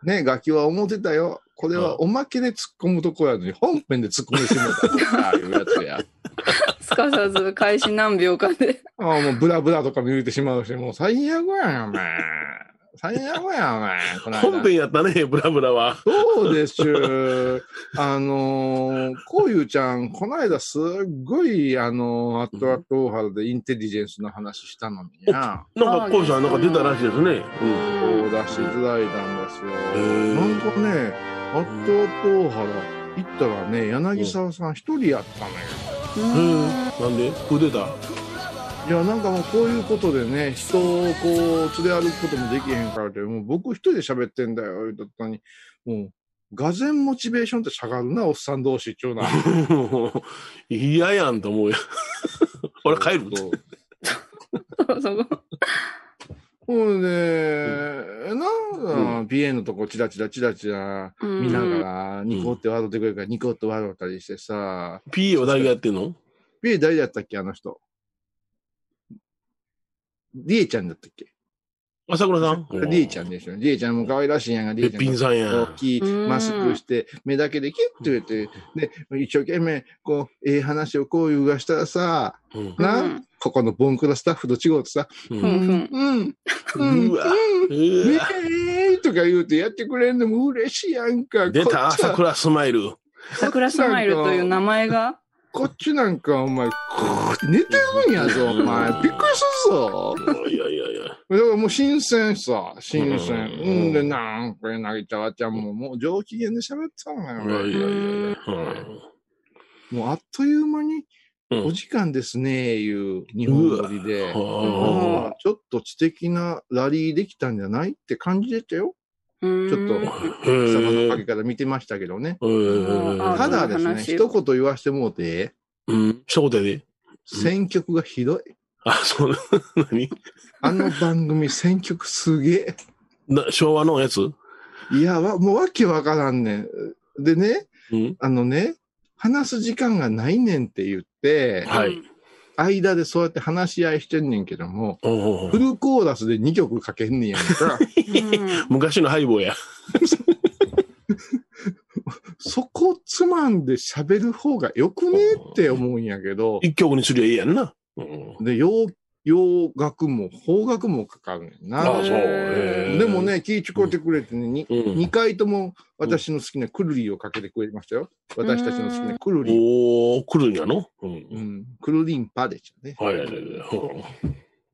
ね、楽器は思ってたよ。これはおまけで突っ込むとこやのに、本編で突っ込んでしまっ [LAUGHS] た。ああいうやつや。すかさず開始何秒かで。ああ、もうブラブラとか見れてしまうし、もう最悪やん、お前。最悪やん、お前。この間本編やったね、ブラブラは。そうでしゅ。あのー、こういうちゃん、この間すっごい、あのー、アットラットオーハルでインテリジェンスの話したのにな。なんか、小ヨさん、なんか出たらしいですね。うん。そう出しづらいなんですよ。ーなんかね、アットラットオーハル行ったらね、柳沢さん一人やったのよ。うん。なんでクーデタ [LAUGHS] ーいや、なんかもうこういうことでね、人をこう、連れ歩くこともできへんからって、もう僕一人で喋ってんだよ、だったのに、もう、がぜんモチベーションって下がるな、おっさん同士っていうのは。嫌やんと思うよ。 [LAUGHS] 俺帰るそうそうそこ。ほんで、なんだ、ピエのとこチラチラチラチラうん見ながら、ニコって笑ってくれるから、ニコって笑ったりしてさ、 PA は誰がやってんのピエ誰だったっけ、あの人。リエちゃんだったっけ朝倉さんリエちゃんでしょ。リエちゃんも可愛らしいやんが、リべエっちゃぴんんさんやが大ん。きいうんマスクして、目だけでキュッと入れて、で、一生懸命、こう、ええ話をこう言うがしたらさ、うんな、うんここのボンクラスタッフと違うとさ、ううんんうん、うんうわ。うわえーとか言うてやってくれんのも嬉しいやんか。出た、こっち朝は倉スマイル。桜スマイルという名前がこっちなんか、お前、こう寝てるんやぞ、お前。びっくりするぞ。いやいやいや。だからもう新鮮さ、新鮮。ううんん、で、なんか柳沢ちゃんももう上機嫌で喋ってたのよいや俺。いやいやいや。もうあっという間に、うんお時間ですね、いう日本語りで。うんまあちょっと知的なラリーできたんじゃないって感じでたよ。ちょちょっと、貴様へのー影から見てましたけどね。へーただですね、話一言言わしてもうてええ、うん。一言で。選曲がひどい。あ、そう、何あの番組選曲すげえ。な昭和のやついや、わもうわけわからんねん。でね、うん。あのね、話す時間がないねんって言って、はい。間でそうやって話し合いしてんねんけども、おうおうおフうルコーラスで2曲かけんねんやん [LAUGHS] か。うん昔のハイボーや。そこつまんで喋る方がよくねえって思うんやけど、一曲にすりゃいいやんな。うんで、洋、洋楽も邦楽もかかるねんな。あそうへーでもね、気ぃちこってくれてね、にうん2回とも私の好きなくるりをかけてくれましたよ。ん私たちの好きなくるり。おー、来るんやのう。うんん。くるりんぱでしたね。はいはいはいは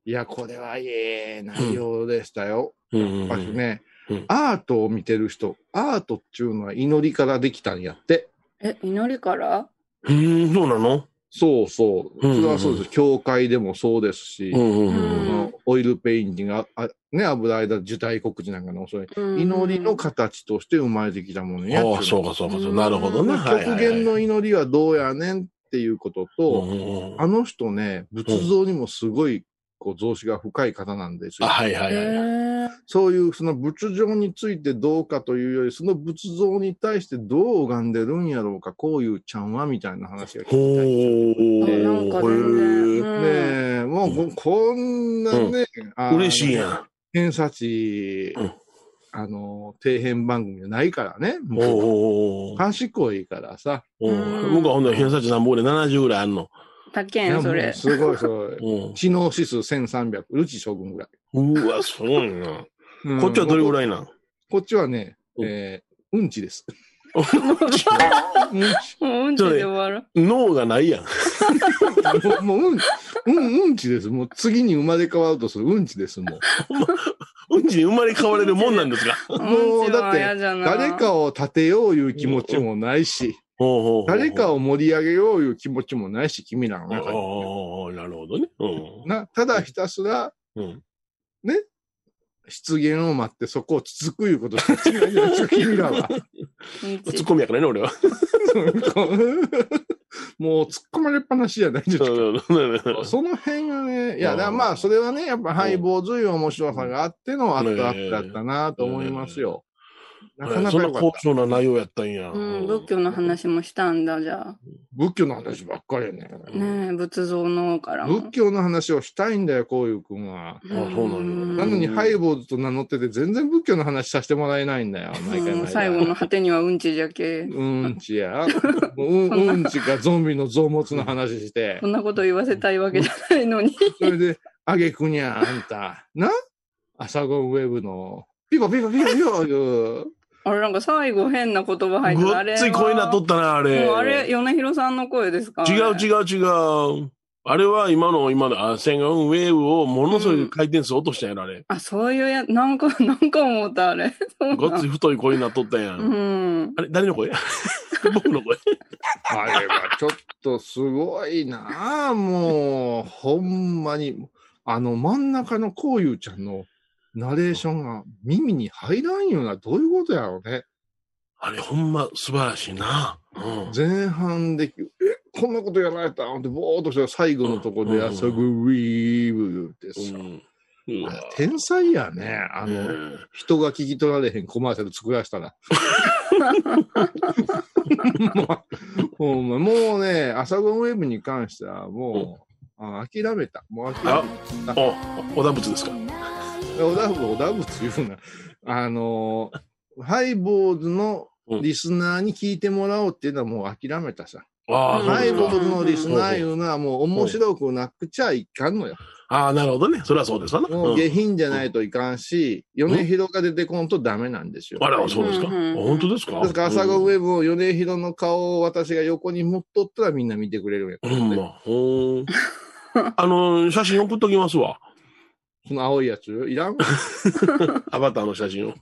いや、これはええ内容でしたよ。い。うんやっぱりねうん、アートを見てる人、アートっていうのは祈りからできたんやって。 [LAUGHS] え、祈りからうん、そうなのそうそう。うんうんうんそれはそうです。教会でもそうですしう、んうんそうのオイルペインティングが、あね、油絵だ、受胎告知なんかの、それ、祈りの形として生まれてきたものやっていん。のああ、そうかそうかそう。なるほどね。はい極はいはい限の祈りはどうやねんっていうことうと、んうんうんあの人ね、仏像にもすごい、こう、造詞が深い方なんですあ、よ。はいはいはいはい。えそういう、その仏像についてどうかというより、その仏像に対してどう拝んでるんやろうか、こういうちゃんは、みたいな話が聞きたほいねー、なんか全然ー。へー。うん。え、もうこ、こんなね、あー嬉しいやん。偏差値うんあの、底辺番組じゃないからね。おーもう、おーおー賢いからさ。おー向こうほんなら偏差値なんぼで70ぐらいあんの。他い県やもうそれ。すごいすご [LAUGHS] い。うん知能指数1300、ルチ将軍ぐらい。うわ、すごいな。うんこっちはどれぐらいなん [LAUGHS] こっちはね、うんえーうんちです。うんちもううんちで終わる。脳がないやん。もう、もううん、うん、うんちです。もう次に生まれ変わるとするうんちです、もう。うんちに生まれ変われるもんなんです [LAUGHS] か。もうだって誰誰かを立てよういう気持ちもないし、ほうほうほう誰かを盛り上げよういう気持ちもないし、君らのおーおー中に。おーなるほどね。うな、ただひたすらん。うん。出現を待ってそこをつつくいうことしかしないじゃないですか、君ら [LAUGHS] は。ツッコミやから [LAUGHS] ね、俺は。もう突っ込まれっぱなしじゃないですなか。るほどね [LAUGHS] その辺がね、いや、うんだからまあ、それはね、やっぱハイボーズいう面白さがあっての、あっうんたあっただったなと思いますよ。なかえなそかんな良かっ高た。尚な内容やったんや。うん、仏教の話もしたんだ、じゃ仏教の話ばっかりやね。あ。ねえ、仏像の方からも。仏教の話をしたいんだよ、こういう君は。あそうなんだなのに、ハイボーズと名乗ってて、全然仏教の話させてもらえないんだよ、毎回毎うん回。最後の果てにはうんちじゃけ。うんちや。もううんうんちかゾンビの増物の話してそ。んなこと言わせたいわけじゃないの [LAUGHS] に。それで、あげくにゃ、あんた。な朝ゴンウェブの、ピコピコピコピコいう。あれ、なんか最後変な言葉入ってごるあっれはつい声なっとったな、あれ。もうあれ、米広さんの声ですか違う違う違う。あれは今の、今の、あ、線がウェーブをものすごい回転数落としたんやろ、あれ。あ、そういうや、なんか、 [LAUGHS] なんか思った、あれ。そうごなっつんい太い声になっとったんや。うんん。あれ、誰の声 [LAUGHS] 僕の声。あれはちょっとすごいなあもう、ほんまに。あの真ん中のこういうちゃんのナレーションが耳に入らんような、どういうことやろうね。あれ、ほんま素晴らしいな。うん。前半で、え、こんなことやられたんって、ぼーっとしたら最後のところで、うんあそぐウィーブ言うてさ。うんうわあ天才やね。あの、うん人が聞き取られへんコマーシャル作らした [LAUGHS] ら。ほんまもうね、アサゴンウェブに関してはもう、あ諦めた。もう諦あめ、お、おだぶつですか。た。オダブ、オダブっていうな。あの、ハイボーズのリスナーに聞いてもらおうっていうのはもう諦めたさ。ああ、そうハでイすボかーズのリスナーいうのはもう面白くなくちゃいかんのよ。ああ、なるほどね。それはそうですわな。もううん下品じゃないといかんし、米広が出てこんとダメなんですよ。あら、そうですか。あうんうん本当ですか。ですから、朝ごウェブを米広の顔を私が横に持っとったらみんな見てくれるんやったうね、ん、まあ、ほん。 [LAUGHS] あの、写真送っときますわ。その青いやついらんアバターの [LAUGHS] 写真を。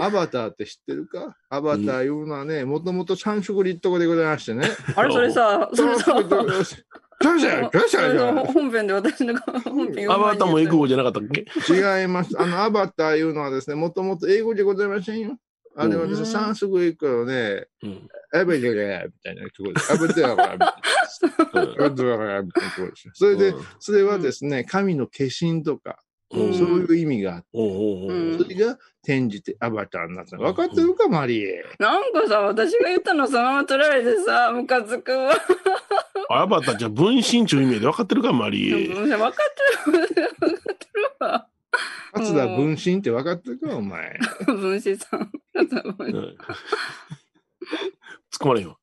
アバターって知ってるかアバターいうのはね、もともと三色立徳でございましてね。あれ、それさ、それさ、どう [LAUGHS] したどうしたどうしそたれのど本編で私の顔本編アバターも行く方じゃなかったっけうした違います。あの、アバターいうのはですね、もともと英語じゃございませんよ。あれはですうね、ん三色立徳のね、 [LAUGHS] うん。アバターみたいなところです。アバターがみたいな。アバターみたいなところです。それで、それはですね、神の化身とか、うん、そううんいう意味があっておうおうおううんそれが転じてアバターになったの。分かってるか、マリエ。なんかさ、私が言ったのそのまま取られてさ、ムカつくわ。アバターじゃ分身中意味で分かってるか、マリー。分かってる、分かってるわ。勝田分身って分かってるか、お前。分子さん。うん突っ [LAUGHS] 込まれへんわ。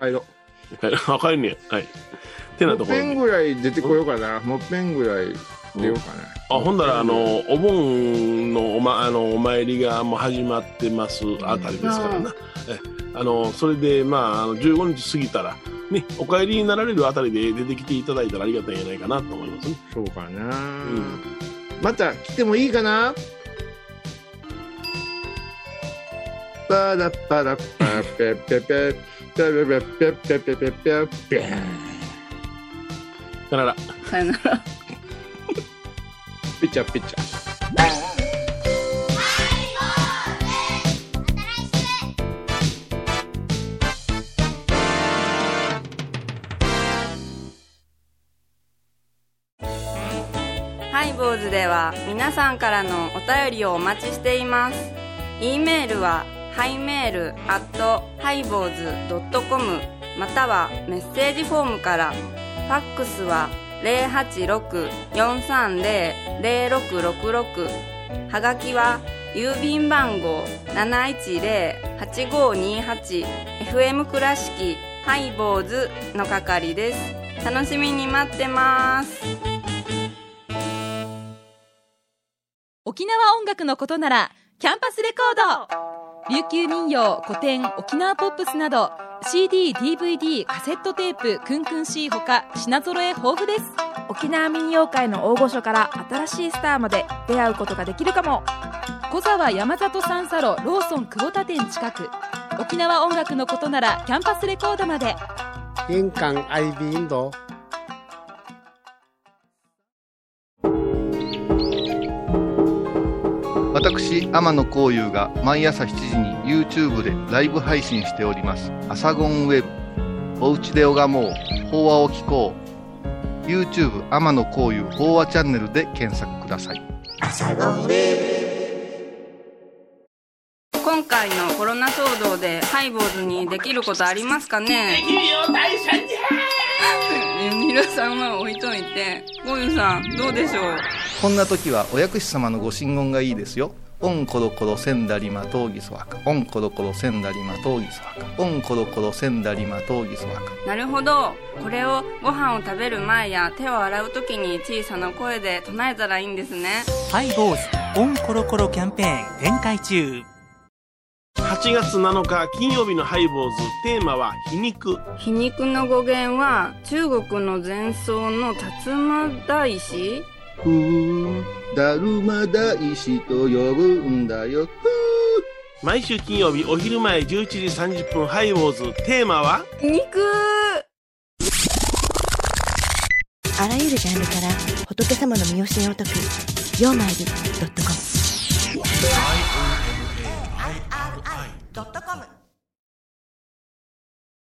帰ろはいわかるね。はい。てう。もなっところぺんで。ぐらい出てこようかな。もっぺんぐらい出ようかな。あ、ほんだら、あの、お盆のお,、ま、あのお参りがもう始まってますあたりですからな。えあの、それで、まあ、あの15日過ぎたら、ね、お帰りになられるあたりで出てきていただいたらありがたいんじゃないかなと思いますね。そうかな。んまた来てもいいかなパラパラパラペペペペペペペペペペペペだから、さよなら。ピチャピチャ。ハイボーズでは皆さんからのお便りをお待ちしています。e メールはハイメールアットハイボーズドットコムまたはメッセージフォームから。ファックスは086-430-0666はがきは郵便番号 710-8528FM 倉敷ハイボーズの係です。楽しみに待ってます。沖縄音楽のことならキャンパスレコード琉球民謡古典沖縄ポップスなど CDDVD カセットテープクンクン C ほか品揃え豊富です沖縄民謡界の大御所から新しいスターまで出会うことができるかも小沢山里三佐路ローソン久保田店近く沖縄音楽のことならキャンパスレコードまで玄関アイビーインド私天野幸雄が毎朝7時に YouTube でライブ配信しております「アサゴンウェブ」「おうちで拝もう法話を聞こう」YouTube 天野幸雄法話チャンネルで検索ください今回のコロナ騒動でハイボーズにできることありますかねできるよ大社に皆さんは置いといてゴユさんどうでしょうこんな時はお薬師様のご神言がいいですよ。オンコロコロセンダリマトーギソワカ。オンコロコロセンダリマトーギソワカ。オンコロコロセンダリマトーギソワカ。なるほどこれをご飯を食べる前や手を洗う時に小さな声で唱えたらいいんですねハイボーズオンコロコロキャンペーン展開中8月7日金曜日のハイボーズテーマは皮肉皮肉の語源は中国の禅僧の薩摩大師ふー、だるま大師と呼ぶんだよ。毎週金曜日お昼前11時30分ハイボーズテーマは皮肉あらゆるジャンルから仏様の身教えを解く「曜マイルドットコム」